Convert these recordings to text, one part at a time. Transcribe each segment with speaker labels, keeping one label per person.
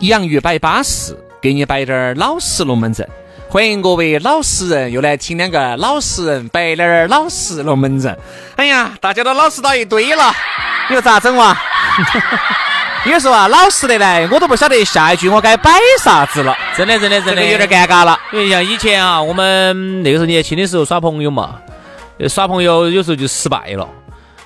Speaker 1: 洋芋摆巴适，给你摆点儿老实龙门阵。欢迎各位老实人又来听两个老实人摆点儿老实龙门阵。哎呀，大家都老实到一堆了，你说咋整哇？ 有时候啊，老实的来，我都不晓得下一句我该摆啥子了，
Speaker 2: 真的，真的，
Speaker 1: 这
Speaker 2: 真
Speaker 1: 个
Speaker 2: 的
Speaker 1: 有点。尴尬了。
Speaker 2: 因为像以前啊，我们那个时候年轻的时候耍朋友嘛，呃耍朋友有时候就失败了，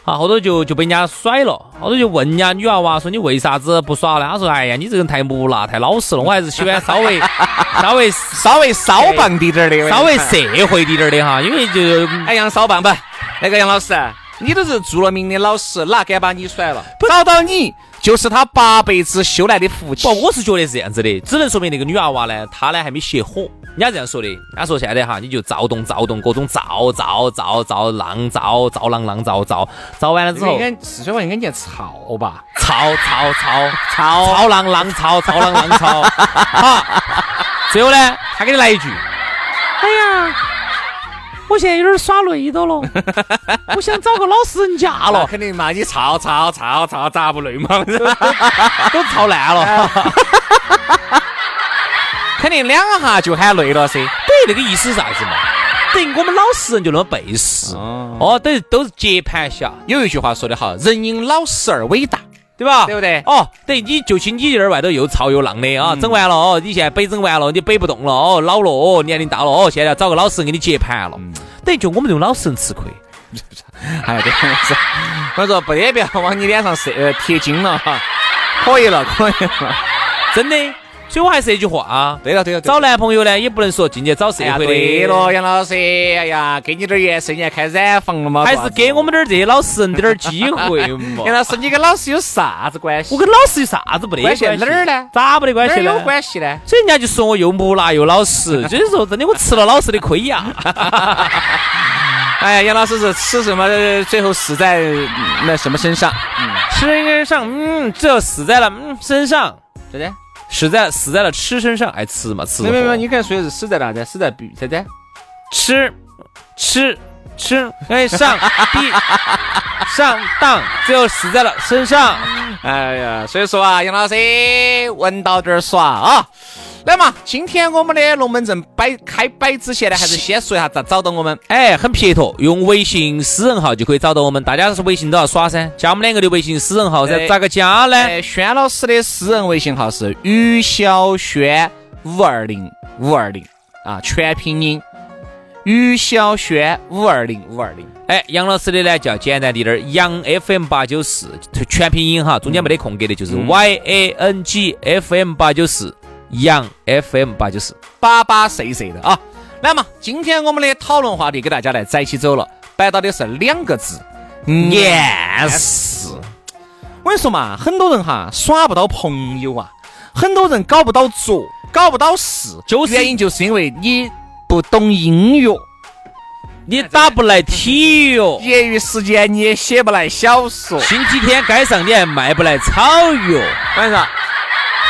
Speaker 2: 啊，好多就就被人家甩了，好多就问人家女娃娃说你为啥子不耍呢？她说哎呀，你这个人太木讷，太老实了，我还是喜欢稍微 稍微
Speaker 1: 稍微骚棒滴点儿的，
Speaker 2: 稍微社会滴点儿的哈，因为就嗯
Speaker 1: 哎，杨骚棒不？那个杨老师，你都是做了名的老师，哪敢把你甩了？找到你就是他八辈子修来的福气
Speaker 2: 不，。我是觉得是这样子的，只能说明那个女娃娃呢，她呢还没熄火。人家这样说的，人家说现在哈，你就躁动躁动，各种躁躁躁躁浪躁躁浪浪躁躁，躁完了之后
Speaker 1: 应，该四川话应该念操吧？
Speaker 2: 操操操操操浪浪操操浪浪 操，好，啊最后呢，他给你来一句，哎呀，我现在有点耍累到了，我想找个老实人家
Speaker 1: 那
Speaker 2: 了，
Speaker 1: 肯定嘛，你操操操操，咋不累嘛？
Speaker 2: 都操烂了，
Speaker 1: 肯定两下啊就喊累了噻。
Speaker 2: 对，那个意思是啥子嘛？等于我们老实人就那么背时，哦，等于都是接盘侠，
Speaker 1: 有一句话说得好，人因老实而伟大。
Speaker 2: 对吧？
Speaker 1: 对不对嗯
Speaker 2: 哦，等于你就亲你这儿外头又操又浪的啊，整完了哦，你现在北整完了，你北不动了哦，老了哦，年龄大了哦，现在要找个老实人给你接盘
Speaker 1: 嗯
Speaker 2: 了，等于就我们这种老实人吃亏。
Speaker 1: 哎，对，是。我说不得，不要往你脸上射呃贴金了哈。可以了，可以了。
Speaker 2: 真的。所以我还是那句话啊，
Speaker 1: 对了，对了，
Speaker 2: 找男朋友呢，也不能说进去找社
Speaker 1: 哎呀，
Speaker 2: 会的，
Speaker 1: 对了，杨老师，哎呀，给你点颜色，你还开染房了吗？
Speaker 2: 还是给我们点儿这些老实人点儿机会 嘛哎
Speaker 1: 杨。老师，你跟老师有啥子关系？
Speaker 2: 我跟老实有啥子不得
Speaker 1: 关
Speaker 2: 关
Speaker 1: 系
Speaker 2: 系？
Speaker 1: 哪儿呢
Speaker 2: 咋不得关
Speaker 1: 哪
Speaker 2: 系
Speaker 1: 儿有
Speaker 2: 呢？
Speaker 1: 关系呢？
Speaker 2: 所以人家就说我又木讷又老实， 所以说真的我吃了老实的亏呀。
Speaker 1: 哎呀，杨老师是吃什么？呃最后死在嗯那什么身上？
Speaker 2: 吃上，嗯，这死在了嗯身上，
Speaker 1: 对的。
Speaker 2: 死在死在了吃身上，爱哎吃嘛吃货。
Speaker 1: 没没没，你看说的是死在哪子？死在比啥子？
Speaker 2: 吃吃吃，哎上地上当，最后死在了身上。
Speaker 1: 哎呀，所以说啊，杨老师闻到点儿耍啊。来嘛，今天我们的龙门阵摆开摆之前呢，还是先说一下咋找到我们。
Speaker 2: 哎，很撇脱，用微信私人号就可以找到我们，大家是微信都要耍噻，加我们两个的微信私人号噻，
Speaker 1: 哎
Speaker 2: 咋个加呢？
Speaker 1: 哎，轩老师的私人微信号是于小轩五二零五二零啊，全拼音于小轩五二零五二零。
Speaker 2: 哎，杨老师的呢叫简单滴点儿，杨 FM 八九四，全拼音哈，中间没得空格的，就是 Y A N G F M 八九四，杨 FM 八九四。
Speaker 1: 巴巴碎碎的啊。来嘛，今天我们的讨论话题给大家来摘起走了，摆到的是两个字：
Speaker 2: Yes
Speaker 1: 实。我跟你说嘛，很多人哈耍不到朋友啊，很多人搞不到桌，搞不到事，
Speaker 2: 就是
Speaker 1: 原因就是因为你不懂音乐，
Speaker 2: 你打不来体育，哦
Speaker 1: 业余时间你也写不来小说。
Speaker 2: 星期天街上你还卖不来草药，
Speaker 1: 晚上，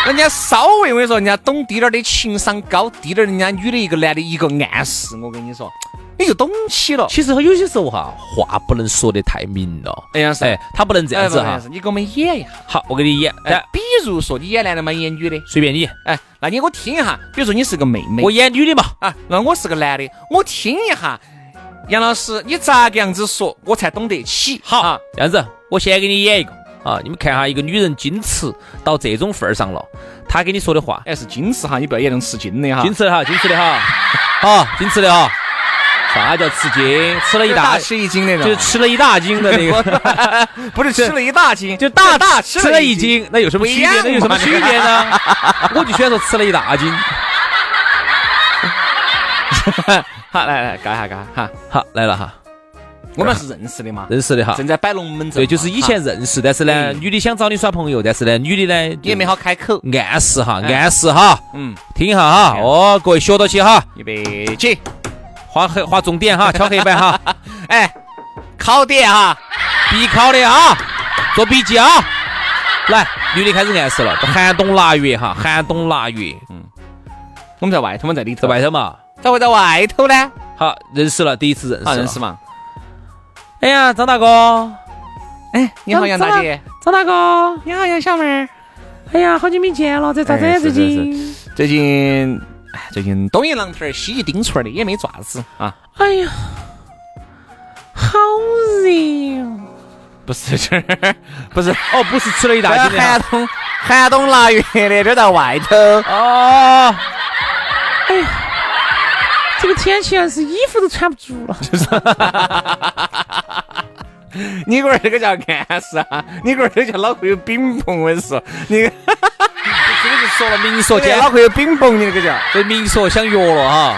Speaker 1: 人家稍微我跟你说，人家懂滴点儿的情商高，滴点儿人家女的一个男的一个暗示，我跟你说，你就懂起了。
Speaker 2: 其实有些时候哈，话不能说得太明了。
Speaker 1: 哎呀是
Speaker 2: 哎，他不能这样子哈。，
Speaker 1: 你给我们演一下。
Speaker 2: 好，我给你演，
Speaker 1: 哎
Speaker 2: 来，，
Speaker 1: 比如说你演男的嘛，演女的。
Speaker 2: 随便你，
Speaker 1: 哎，那你给我听一下，比如说你是个妹妹，
Speaker 2: 我演女的嘛。
Speaker 1: 啊，那我是个男的，我听一下杨老师，你咋个样子说，我才懂得起。
Speaker 2: 好，
Speaker 1: 啊
Speaker 2: 这样子，我先给你演一个啊，你们看哈，一个女人矜持到这种份儿上了，她给你说的话，
Speaker 1: 哎，是矜持哈，你不要演那种吃惊的哈。
Speaker 2: 矜持的哈，矜持的哈， 好，矜持的哈，啥叫吃惊？吃了一
Speaker 1: 一
Speaker 2: 大
Speaker 1: 大，吃一惊那种，
Speaker 2: 就是吃了一大斤的 那个，
Speaker 1: 不是吃了一大斤，
Speaker 2: 就大
Speaker 1: 大
Speaker 2: 吃
Speaker 1: 吃
Speaker 2: 了
Speaker 1: 了
Speaker 2: 一
Speaker 1: 一
Speaker 2: 斤，那有什么区别？那有什么区别呢？ 我就喜欢说吃了一大斤。
Speaker 1: 好，来来，干一下干一下哈，
Speaker 2: 好，来了哈，
Speaker 1: 我们是认识的嘛，
Speaker 2: 认识的嗯哈，
Speaker 1: 正在摆龙门阵嘛，
Speaker 2: 对，就是以前
Speaker 1: 哈
Speaker 2: 认识，但是呢，女的想找你耍朋友，但是呢，女的呢
Speaker 1: 也没好开口。
Speaker 2: 暗示哈，
Speaker 1: 哎
Speaker 2: 暗示哈，
Speaker 1: 嗯，
Speaker 2: 听一下哈，
Speaker 1: 哎
Speaker 2: 哦，各位学到起哈，
Speaker 1: 预备起，
Speaker 2: 划黑划重点哈，敲黑板 哈，
Speaker 1: 哎，考点哈，
Speaker 2: 必考的哈，做笔记啊。来，女的开始暗示了，寒冬腊月哈，寒冬腊月
Speaker 1: 我们在外头，我们在里头，
Speaker 2: 在外头嘛。
Speaker 1: 咋会在外头呢？
Speaker 2: 好，认识了，第一次认识
Speaker 1: 啊，
Speaker 2: 了，
Speaker 1: 认识。嘛？
Speaker 2: 哎呀，张大哥，
Speaker 1: 哎，你好，杨大姐，
Speaker 2: 张大哥，
Speaker 1: 你好，杨小妹儿。
Speaker 2: 哎呀，好久没见了，在
Speaker 1: 咋子呀最近？最近，哎，最近东一榔头儿西一钉锤儿的，也没爪子啊。
Speaker 2: 哎呀，好热哦。
Speaker 1: 不是， 这儿不是，
Speaker 2: 哦，不是吃了一大
Speaker 1: 这
Speaker 2: 斤的 哈
Speaker 1: 寒冬寒冬腊月的，这儿在外头。
Speaker 2: 哦，
Speaker 3: 这个天气啊，是衣服都穿不住了。
Speaker 1: 你龟儿这个叫暗示啊，你龟儿这个叫脑壳有饼崩，我跟你说，你
Speaker 2: 这个就说了明说，
Speaker 1: 这
Speaker 2: 今
Speaker 1: 脑壳有饼崩，你那个叫
Speaker 2: 这明说想约了哈，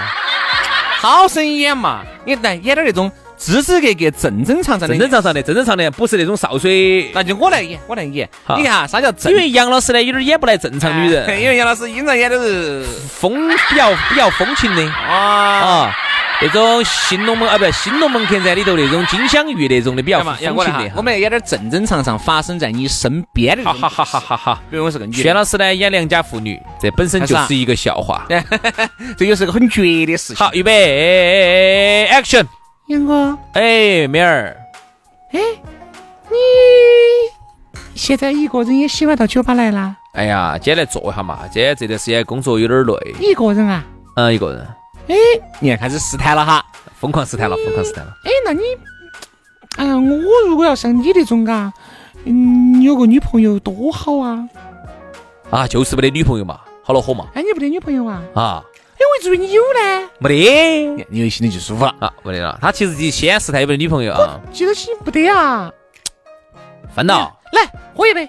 Speaker 1: 好生演嘛，你来演点儿那种支支格格、正正常常的
Speaker 2: 正
Speaker 1: 演，
Speaker 2: 正常常的，正正常的，不是那种少水。
Speaker 1: 那就我来演，我来演
Speaker 2: 好。
Speaker 1: 你看哈啥叫
Speaker 2: 哎
Speaker 1: 正
Speaker 2: 因？为杨老师呢，有点演不来正常女人，
Speaker 1: 因为杨老师经常演都 是
Speaker 2: 风比较比较风情的
Speaker 1: 啊，
Speaker 2: 啊，那种新龙门啊，不是新龙门客栈里头那种金镶玉那种的比较
Speaker 1: 干
Speaker 2: 风
Speaker 1: 嘛？
Speaker 2: 情
Speaker 1: 哎要我来哈
Speaker 2: 的，
Speaker 1: 我
Speaker 2: 哈。
Speaker 1: 们演点儿正正常常发生在你身边的这
Speaker 2: 哈
Speaker 1: 种。
Speaker 2: 哈哈哈哈哈！
Speaker 1: 比如我是个女的，
Speaker 2: 薛老师呢演良家妇女，这本身就是一个笑话。
Speaker 1: 哎 这又是个很绝的事情。
Speaker 2: 好，预备，action！
Speaker 3: 杨哥，
Speaker 2: 哎，妹儿，
Speaker 3: 现在一个人也喜欢到酒吧来啦？
Speaker 2: 哎呀，今天来坐一下嘛，今天这段时间工作有点累，
Speaker 3: 一个人啊？
Speaker 2: 嗯，一个人
Speaker 1: 你看开始试探了哈，
Speaker 2: 疯狂试探了，疯狂试探了。
Speaker 3: 哎，那你，哎呀，我如果要像你那种啊，嗯，有个女朋友多好啊！
Speaker 2: 啊，就是没得女朋友嘛，好恼火嘛，
Speaker 3: 哎，你没得女朋友啊？
Speaker 2: 啊，
Speaker 3: 哎，我一直以为你有呢，
Speaker 2: 没得
Speaker 1: 你心里就舒服了。
Speaker 2: 啊，没得了。他其实就先试探有没得女朋友啊，
Speaker 3: 记得起不得啊？
Speaker 2: 翻
Speaker 1: 嗯
Speaker 2: 到。
Speaker 3: 来，喝一杯。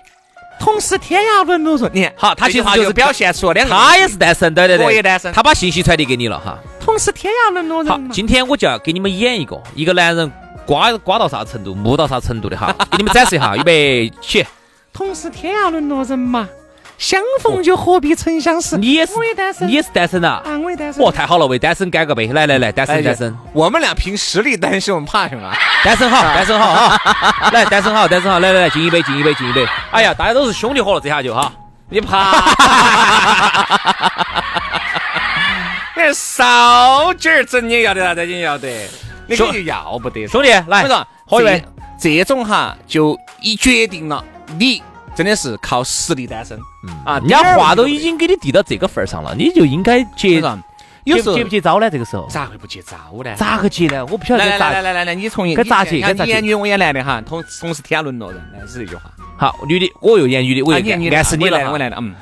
Speaker 1: 同是天涯沦落人。你看，
Speaker 2: 好，他其
Speaker 1: 这句
Speaker 2: 实
Speaker 1: 话
Speaker 2: 就
Speaker 1: 就是
Speaker 2: 是
Speaker 1: 表现出了两个人，
Speaker 2: 他也是单身，对对对，
Speaker 1: 我也单身
Speaker 2: 他把信息传递给你了哈。
Speaker 3: 同是天涯沦落
Speaker 2: 好
Speaker 3: 人，嘛。
Speaker 2: 今天我就要给你们演一个，一个男人瓜瓜到啥程度，木到啥程度的哈，给你们展示一下，预备起。
Speaker 3: 同是天涯沦落人嘛，相逢就何必曾相识。
Speaker 2: 你也是
Speaker 3: 我也单，身
Speaker 2: 你也是单身啊？
Speaker 3: 啊，我也单身。
Speaker 2: 哇，太好了，为单身干个杯！来来来，单
Speaker 1: 哎
Speaker 2: 身单身，
Speaker 1: 我们俩凭实力单身，我们怕什么？
Speaker 2: 单身好，单身好啊！ 来，单身好，单身好，来来来，敬一杯，敬一杯，敬一杯！哎呀，大家都是兄弟伙了，这下就哈。
Speaker 1: 你怕？那烧酒儿整也要得，啥子也要得，你
Speaker 2: 兄
Speaker 1: 肯定要不得。
Speaker 2: 兄弟，来
Speaker 1: 我说，
Speaker 2: 喝一杯。
Speaker 1: 这这种哈，就已决定了你真的是靠实力单身啊！
Speaker 2: 人家话都已经给你递到这个份儿上了，你就应该接
Speaker 1: 是。吧有时候
Speaker 2: 接不接招呢？这个时候
Speaker 1: 咋会不接招呢？
Speaker 2: 咋个接呢？我不晓得
Speaker 1: 来
Speaker 2: 该
Speaker 1: 来来
Speaker 2: 咋。
Speaker 1: 来来来，你重新
Speaker 2: 该咋接
Speaker 1: 你
Speaker 2: 该咋
Speaker 1: 你演
Speaker 2: 接
Speaker 1: 女，我演男的哈，同同是天涯沦落人，来是这句话。
Speaker 2: 好，女的，我又演女的，我
Speaker 1: 啊
Speaker 2: 又
Speaker 1: 演女
Speaker 2: 演
Speaker 1: 的
Speaker 2: 暗示你
Speaker 1: 我
Speaker 2: 了
Speaker 1: 来了，我
Speaker 2: 哈。
Speaker 1: 来了，嗯。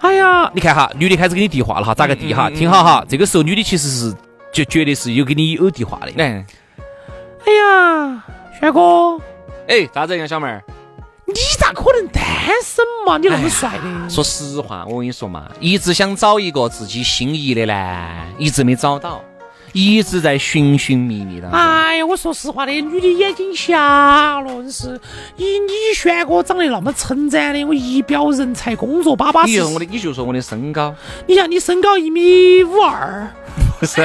Speaker 2: 哎呀，你看哈，女的开始给你递话了哈，咋个递哈？
Speaker 1: 嗯嗯
Speaker 2: 听好哈，这个时候女的其实是就绝对是有给你有递话的。
Speaker 1: 哎
Speaker 3: 哎呀，轩哥，
Speaker 1: 哎，咋子杨小妹儿？
Speaker 3: 你咋可能单身嘛？你那么帅的，
Speaker 1: 说实话，我跟你说嘛，一直想找一个自己心仪的呢，一直没找到，一直在寻寻觅觅当中。
Speaker 3: 哎呀，我说实话的，女的眼睛瞎了，真是。以你轩哥长得那么称赞的，我一表人才，工作巴巴
Speaker 1: 你
Speaker 3: 适
Speaker 1: 哎用我
Speaker 3: 适。
Speaker 1: 的，你就说我的身高，
Speaker 3: 你像你身高一米五二，
Speaker 1: 不 是，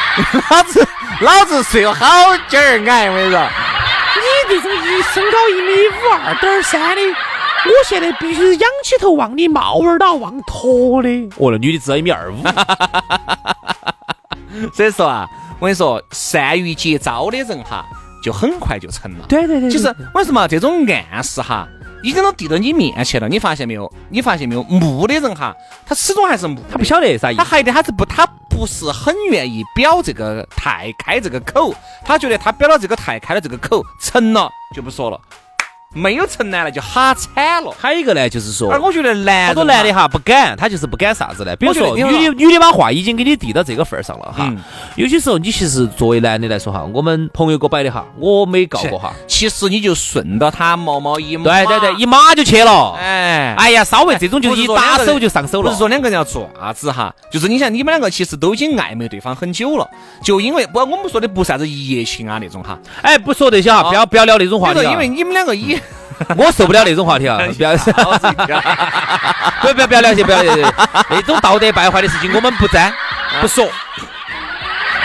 Speaker 1: 老子老子是有好劲儿哎矮，我跟你说，
Speaker 3: 你这种一身高一 米五二点三的，我现在必须仰起头望你，冒儿到望脱的。
Speaker 2: 哦，那女的只要一米二五，
Speaker 1: 所以说啊，我跟你说，善于接招的人哈，就很快就成了。
Speaker 3: 对对对
Speaker 2: 嗯
Speaker 1: 其实我跟你说嘛，这种暗示哈，已经都递到你面前了，你发现没有？你发现没有？木的人哈，他始终还是木，
Speaker 2: 他不晓得啥意
Speaker 1: 他
Speaker 2: 思。
Speaker 1: 还得他是不，他不是很愿意表这个太开这个口，他觉得他表了这个太开了这个口，成了就不说了，没有成呢那就哈惨了。
Speaker 2: 还有一个呢，就是说
Speaker 1: 而，我觉得男人
Speaker 2: 哦好多
Speaker 1: 嘛
Speaker 2: 男的，哈不敢，他就是不敢啥子呢？比如说
Speaker 1: 我
Speaker 2: 女
Speaker 1: 觉得你
Speaker 2: 的，女的把话已经给你递到这个份儿上了哈
Speaker 1: 嗯。
Speaker 2: 有些时候你其实作为男的来说哈，我们朋友给我摆的哈，我没告过哈。
Speaker 1: 其实你就顺到他毛毛一
Speaker 2: 对对对，一码就去了。
Speaker 1: 哎
Speaker 2: 哎呀，稍微这种就是一打手就上手了。
Speaker 1: 不是说两个人要做啥子哈，就是你想你们两个其实都已经暧昧对方很久了，就因为不，我们说的不是啥子一夜情啊那种哈，
Speaker 2: 哎，不说这些哈，不要不要聊那种
Speaker 1: 比
Speaker 2: 话
Speaker 1: 如
Speaker 2: 题
Speaker 1: 说
Speaker 2: 啊，
Speaker 1: 因为你们两个 哦已，
Speaker 2: 我受不了那种话题 啊，不要不要不要不要聊些不要聊些那种道德败坏的事情，我们不沾不说。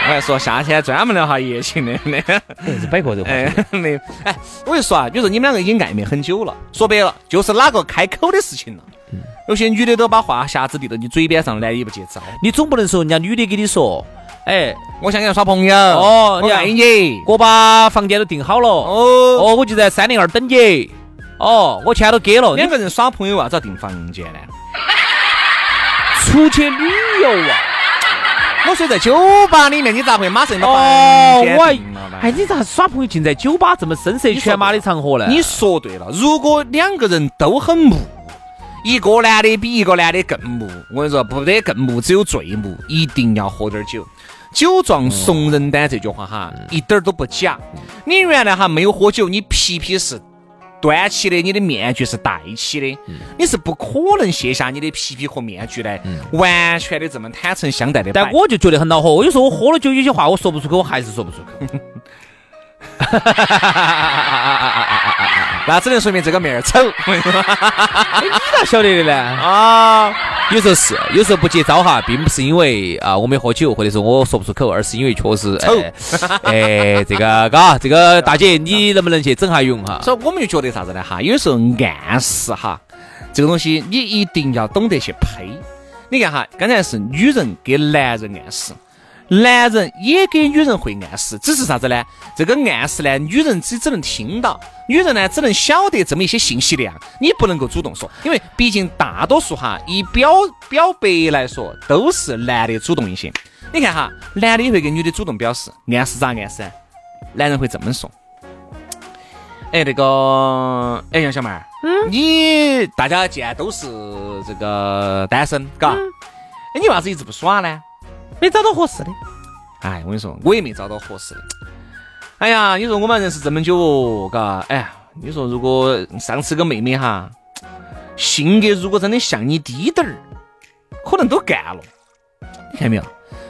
Speaker 1: 我还说夏天专门聊哈一夜情的那 个。
Speaker 2: 是摆过这个话
Speaker 1: 哎，没有。哎，我就说啊，比如说你们两个已经暧昧很久了，说白了就是哪个开口的事情了。有些女的都把话匣子递到你嘴边上，男的不接招。
Speaker 2: 你总不能说人家女的给你说，哎，
Speaker 1: 我想跟人耍朋友，
Speaker 2: 哦
Speaker 1: 我
Speaker 2: 你啊
Speaker 1: 爱你，
Speaker 2: 我把房间都订好了，
Speaker 1: 哦，
Speaker 2: 哦，我就在三零二等你，哦，我钱都给了，你
Speaker 1: 两个人耍朋友啊为啥子要订房间呢？
Speaker 2: 出去旅游啊？
Speaker 1: 我说在酒吧里面，你咋会马上把
Speaker 2: 哦
Speaker 1: 房间
Speaker 2: 我
Speaker 1: 订了呢
Speaker 2: 哎，你咋耍朋友竟在酒吧这么声色犬马的场合呢？
Speaker 1: 哎你说对了，如果两个人都很木，一个男的比一个男的更木，我跟你说，不得更木，只有最木，一定要喝点酒。酒壮怂人胆这句话哈，一点儿都不假。你原来哈没有喝酒，你皮皮是端起的，你的面具是戴起的，你是不可能卸下你的皮皮和面具来，完全的这么坦诚相待的。
Speaker 2: 但我就觉得很恼火。我有时候我喝了酒，有些话我说不出口，我还是说不出口。
Speaker 1: 那只能说明这个妹儿丑。
Speaker 2: 你咋晓得的呢？
Speaker 1: 啊，
Speaker 2: 有时候是，有时候不接招哈，并不是因为啊我没喝酒，或者是我说不出口，而是因为确实哎哎，这个嘎，这个大姐，你能不能去整下容哈？
Speaker 1: 所以我们就觉得啥子呢？哈，有时候暗示哈，这个东西你一定要懂得去呸。你看哈，刚才是女人给男人暗示，男人也给女人会暗示，只是啥子呢？这个暗示呢，女人只只能听到，女人呢只能晓得这么一些信息量，你不能够主动说，因为毕竟大多数哈，以表表白来说，都是男的主动一些。你看哈，男的也会给女的主动表示暗示咋暗示啊？男人会这么说。哎，那个，哎，杨小妹儿，你大家既然都是这个单身，嘎，哎，你为啥子一直不耍呢？
Speaker 3: 没找到合适的。
Speaker 1: 哎，我跟你说，我也没找到合适的。哎呀，你说我们认识这么久哦，嘎，哎呀，你说如果上次个妹妹哈，性格如果真的像你滴点儿，可能都干了。你看没有？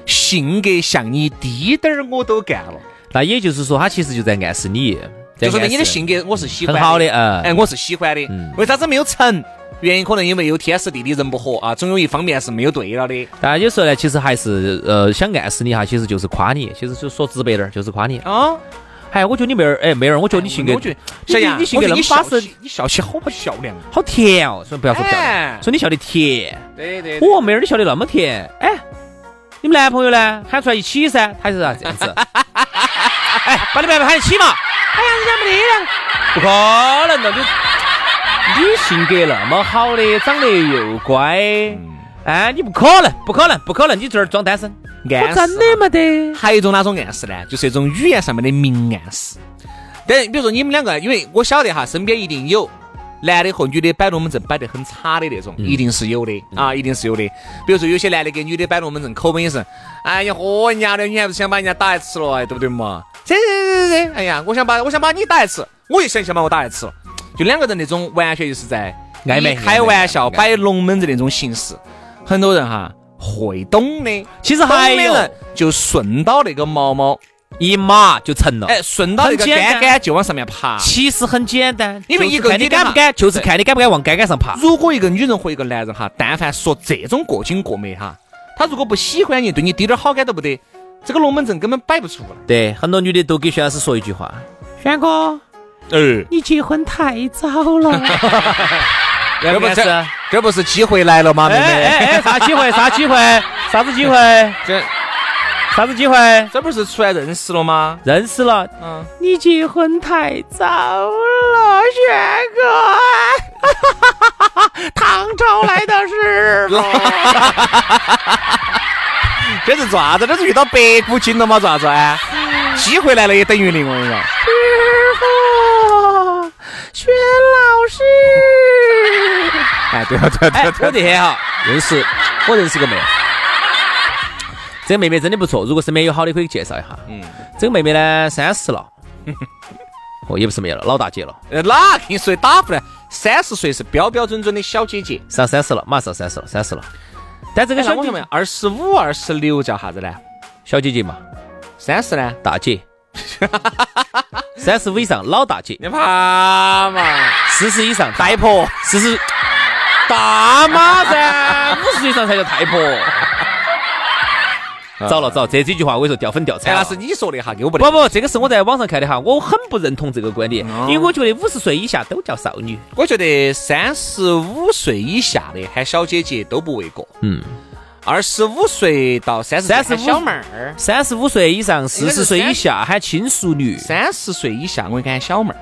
Speaker 1: 性格像你滴点儿，我都干了，
Speaker 2: 那也就是说，他其实就在暗示你，在
Speaker 1: 就说
Speaker 2: 暗
Speaker 1: 明你的
Speaker 2: 示
Speaker 1: 性格我是喜欢
Speaker 2: 很好
Speaker 1: 的
Speaker 2: 的，嗯。
Speaker 1: 哎，我是喜欢的。为啥子没有成？原因可能因为有天时地利人不和啊，总有一方面是没有对了的。
Speaker 2: 但有时候呢，其实还是呃想暗示你哈，其实就是夸你，其实就说直白点儿就是夸你。
Speaker 1: 啊，
Speaker 2: 哎，我觉得你妹儿，哎妹儿，我觉得你性格
Speaker 1: 我觉得小
Speaker 2: 你
Speaker 1: 杨，
Speaker 2: 你性格
Speaker 1: 我
Speaker 2: 那么
Speaker 1: 觉得你笑
Speaker 2: 巴适
Speaker 1: 起，你笑起好漂亮啊！
Speaker 2: 好甜哦，说不要说不要
Speaker 1: 哎，
Speaker 2: 说你笑的甜。
Speaker 1: 对对
Speaker 2: 哦，妹儿，你笑的那么甜，哎，你们男朋友呢？喊出来一起噻，他是啥这样子？哎，把你妹妹喊一起嘛！哎呀，人家没得了，不可能的，你你性格那么好的，长得又乖，哎，你不可能，不可能，不可能，你这儿装单身。啊
Speaker 1: 暗
Speaker 3: 我
Speaker 1: 示
Speaker 3: 真的没得。
Speaker 1: 还有一种哪种暗示呢？就是一种语言上面的明暗示。但比如说你们两个，因为我晓得哈，身边一定有男的和女的摆龙门阵摆得很差的那种，
Speaker 2: 嗯
Speaker 1: 一定是有的啊，一定是有的。比如说有些男的给女的摆龙门阵，口吻也是，哎呀，嚯人家的，你还不是想把人家打一次了，哎，对不对嘛？这这这这，哎呀，我想把我想把你打一次，我也想想把我打一次了，就两个人那种完全就是在
Speaker 2: 暧昧
Speaker 1: 以开玩笑
Speaker 2: 暧昧暧昧
Speaker 1: 摆龙门阵那种形式，很多人哈会懂的。
Speaker 2: 其实还
Speaker 1: 还有
Speaker 2: 有
Speaker 1: 人就顺到那个毛毛，
Speaker 2: 一码就成了。
Speaker 1: 哎，顺到那个
Speaker 2: 很简单
Speaker 1: 杆杆就往上面爬。
Speaker 2: 其实很简单，
Speaker 1: 因为
Speaker 2: 就是
Speaker 1: 一个
Speaker 2: 看你
Speaker 1: 女的
Speaker 2: 敢不
Speaker 1: 嘛
Speaker 2: 敢，就是
Speaker 1: 对
Speaker 2: 看你敢不敢往杆杆上爬。
Speaker 1: 如果一个女人和一个男人哈，但凡说这种过经过美哈，他如果不喜欢你，对你滴点儿好感都不得，这个龙门阵根本摆不出来。
Speaker 2: 对，很多女的都给薛老师说一句话，
Speaker 3: 轩哥，
Speaker 1: 哎
Speaker 4: 呃，
Speaker 3: 你结婚太早了，
Speaker 2: 要
Speaker 1: 这不
Speaker 2: 不然
Speaker 1: 这
Speaker 2: 是
Speaker 1: 这不是机会来了吗，妹
Speaker 2: 哎
Speaker 1: 妹？
Speaker 2: 哎哎，啥机会？啥机会？啥子机会？
Speaker 1: 这
Speaker 2: 啥子机会？
Speaker 1: 这不是出来认识了吗？
Speaker 2: 认识了，
Speaker 1: 嗯，
Speaker 3: 你结婚太早了，轩哥。 唐朝来的是
Speaker 1: 这是做啥子？这是遇到白骨精了吗？做啥子啊？机会来了也等于零，我跟你说。
Speaker 3: 傅，轩老师。
Speaker 1: 哎，对了对了对
Speaker 2: 哎
Speaker 1: 了，
Speaker 2: 我
Speaker 1: 对了，
Speaker 2: 那天哈认识，我认识个妹，这个妹妹真的不错，如果身边有好的可以介绍一下。嗯，这个妹妹呢，三十了， 哦，也不是妹了，老大姐了，
Speaker 1: 呃哪跟你说的打不来？三十岁是标标准准的小姐姐，
Speaker 2: 上三十了，马上三十了，三十了。但这个
Speaker 1: 那
Speaker 3: 哎
Speaker 2: 小
Speaker 1: 我
Speaker 2: 姐
Speaker 1: 想问，二十五、二十六叫啥子呢？
Speaker 2: 小姐姐嘛，
Speaker 1: 三十呢？
Speaker 2: 大 姐，三十五以上老大姐，
Speaker 1: 你怕嘛？
Speaker 2: 四十以上大
Speaker 1: 太婆，
Speaker 2: 四十
Speaker 1: 大妈
Speaker 2: 噻，五十岁以上才叫太婆。
Speaker 1: 啊
Speaker 2: 糟了糟了，这几句话我跟你说掉粉掉
Speaker 1: 哎，
Speaker 2: 惨了。
Speaker 1: 那是你说的哈，我不得
Speaker 2: 不。不，这个是我在网上看的哈，我很不认同这个观点，
Speaker 1: 哦
Speaker 2: 因为我觉得五十岁以下都叫少女。
Speaker 1: 我觉得三十五岁以下的喊小姐姐都不为过。
Speaker 2: 嗯，
Speaker 1: 二十五岁到三十
Speaker 2: 35
Speaker 1: 小妹儿，
Speaker 2: 三十五岁以上、四十岁以下喊亲淑女。
Speaker 1: 三十岁以下我应该喊小妹儿。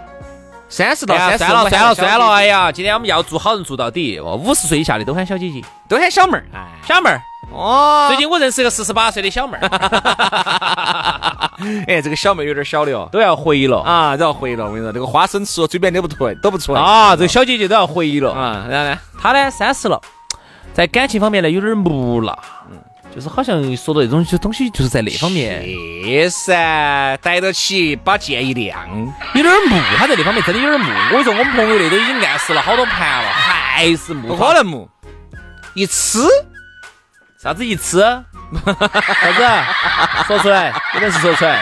Speaker 1: 三十到
Speaker 2: 哎呀
Speaker 1: 三十
Speaker 2: 算了算了算了，哎，呀，今天我们要做好人做到底。哦，五十岁以下的都喊小姐姐、
Speaker 1: 都喊小妹儿。哎，
Speaker 2: 小妹儿。
Speaker 1: 哦，
Speaker 2: 最近我认识个四十八岁的小 妹儿，
Speaker 1: 哎，这个小妹儿有点小的哦。
Speaker 2: 都要回了
Speaker 1: 啊，然后回了，我跟你说，这个花生吃了嘴边都不吐，都不出来。
Speaker 2: 啊！这个小姐姐都要回了
Speaker 1: 啊，然后呢？
Speaker 2: 他呢，三十了，在感情方面呢有点木讷，就是好像说到那种就东西，就是在那方面
Speaker 1: 确噻，逮得起，把剑一亮。
Speaker 2: 有点木，他在那方面真的有点木。我跟你说，我们朋友那都已经暗示了好多盘了，还是木。
Speaker 1: 不可能木，一吃
Speaker 2: 啥子一吃， 啥子，说出来，有本事说出 来，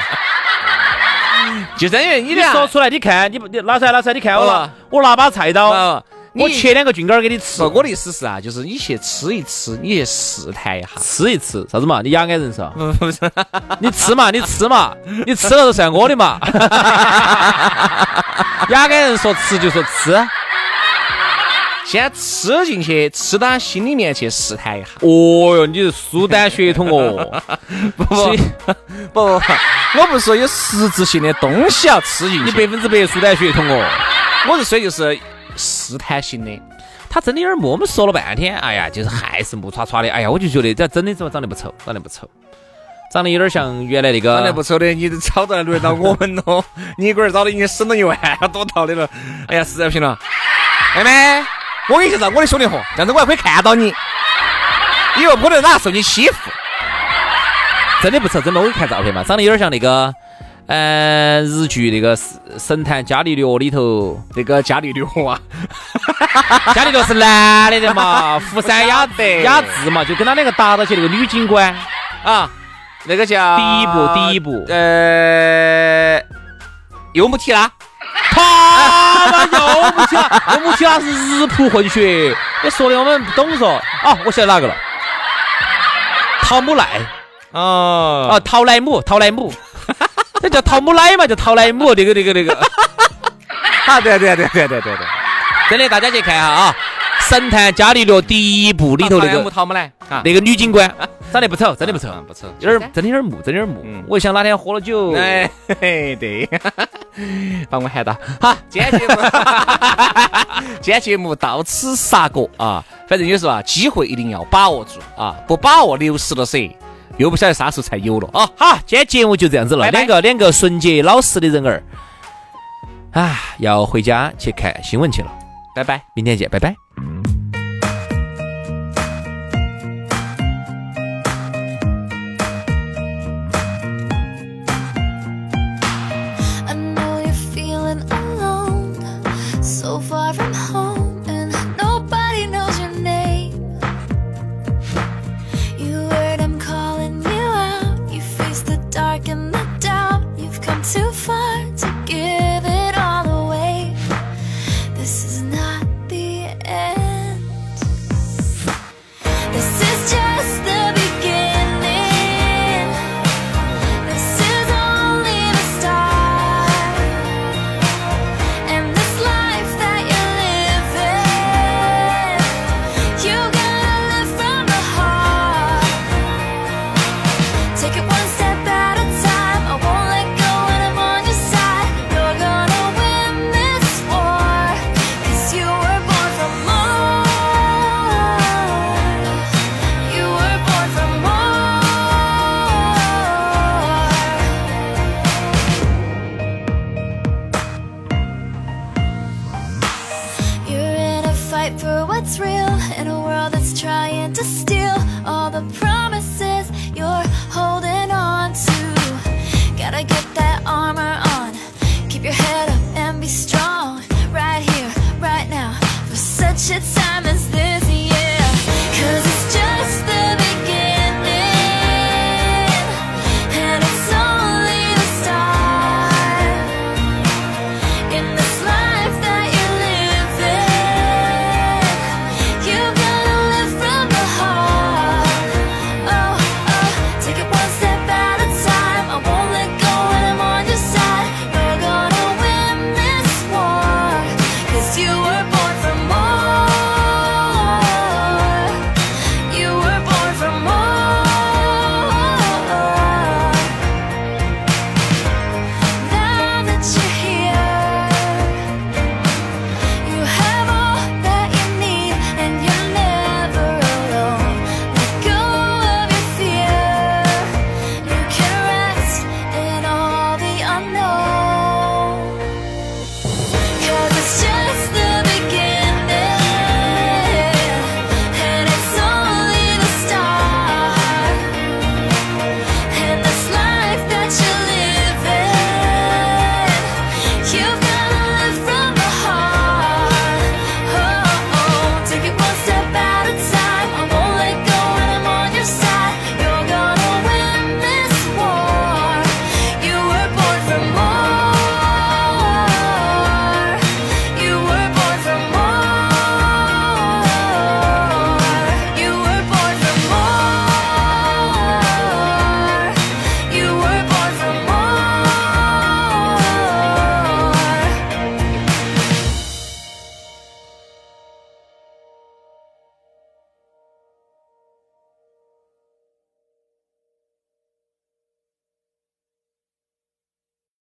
Speaker 1: 就等于你
Speaker 2: 你
Speaker 1: 俩
Speaker 2: 说出来，你看，你不你拿出来拿出来，你看我拿
Speaker 1: 哦
Speaker 2: 我拿把菜刀，
Speaker 1: 啊，
Speaker 2: 我
Speaker 1: 你
Speaker 2: 切两个菌根儿给你吃
Speaker 1: 说，我的意思是啊，就是你去吃一吃，你去试探一下。
Speaker 2: 吃一吃，啥子嘛？你雅安人 是吧？你吃嘛，你吃嘛，你吃了就算我的嘛。 雅安人说吃就说吃，啊
Speaker 1: 先吃进去，吃到心里面去试探一下。
Speaker 2: 哦哟，你是苏丹血统哦。
Speaker 1: 不
Speaker 2: 其
Speaker 1: 不不，不我不是说有实质性的东西要吃进
Speaker 2: 你
Speaker 1: 去，
Speaker 2: 百分之百苏丹血统哦。
Speaker 1: 我是说就是试探性的。
Speaker 2: 他真的有点木，我们说了半天，哎呀，就是还是木歘歘的，哎呀，我就觉得这真的怎么长得不丑，长得不丑，长得有点像原来那个
Speaker 1: 长得不丑的，你找到轮到我们咯。你龟儿找的已经省了一万多套的了。哎呀，实在不行了，妹妹，我给你介绍我的兄弟伙，这样子我还可以看到你，以后不能哪受你欺负。
Speaker 2: 真的不丑，真的，我给你看照片嘛，长得有点像那个，呃，日剧那个《神探伽利略》里头，
Speaker 1: 那个伽利略啊，
Speaker 2: 伽利略是男的的嘛，福山雅
Speaker 1: 不晓得
Speaker 2: 雅治嘛，就跟他两个打到起那个女警官，
Speaker 1: 啊，那个叫
Speaker 2: 第一部第一部
Speaker 1: 呃，幽木提拉，
Speaker 2: 他妈啊又不起来，又不起来是日仆混血，你说的我们不懂嗦。哦，我晓得哪个了，桃木奈。
Speaker 1: 哦，
Speaker 2: 啊，陶莱姆，陶莱 姆，那叫陶姆奶嘛，叫陶莱姆，那个那个那个，
Speaker 1: 啊，对对对对对对对，
Speaker 2: 真的，大家去看一下啊，《神探伽利略》第一部里头那
Speaker 1: 汤姆
Speaker 2: 个
Speaker 1: 汤姆来啊，
Speaker 2: 那个女警官，啊长得不 丑，真的不
Speaker 1: 嗯
Speaker 2: 丑，
Speaker 1: 不错，
Speaker 2: 有点真的有点木，真的有点木
Speaker 1: 嗯。
Speaker 2: 我就想哪天喝了酒，
Speaker 1: 哎，嘿嘿对， 把我喊到。好，今天节目， 今天节目到此杀过啊！反正有时候啊，机会一定要把握住啊，不把握流失了噻，又不晓得啥时候才有了啊！
Speaker 2: 哦，好，今天节目就这样子了，
Speaker 1: 拜拜
Speaker 2: 两个两个纯洁老实的人儿，啊，要回家去看新闻去了，
Speaker 1: 拜拜。
Speaker 2: 明天见，拜拜。
Speaker 5: I know you're feeling alone, so far from home, and nobody knows your name. You heard I'm calling you out. You face the dark and the doubt. You've come too far to give it all away. This is not the end. fight for what's real in a world that's trying to steal all the promises you're holding on to. Gotta get that armor on. Oh, Oh,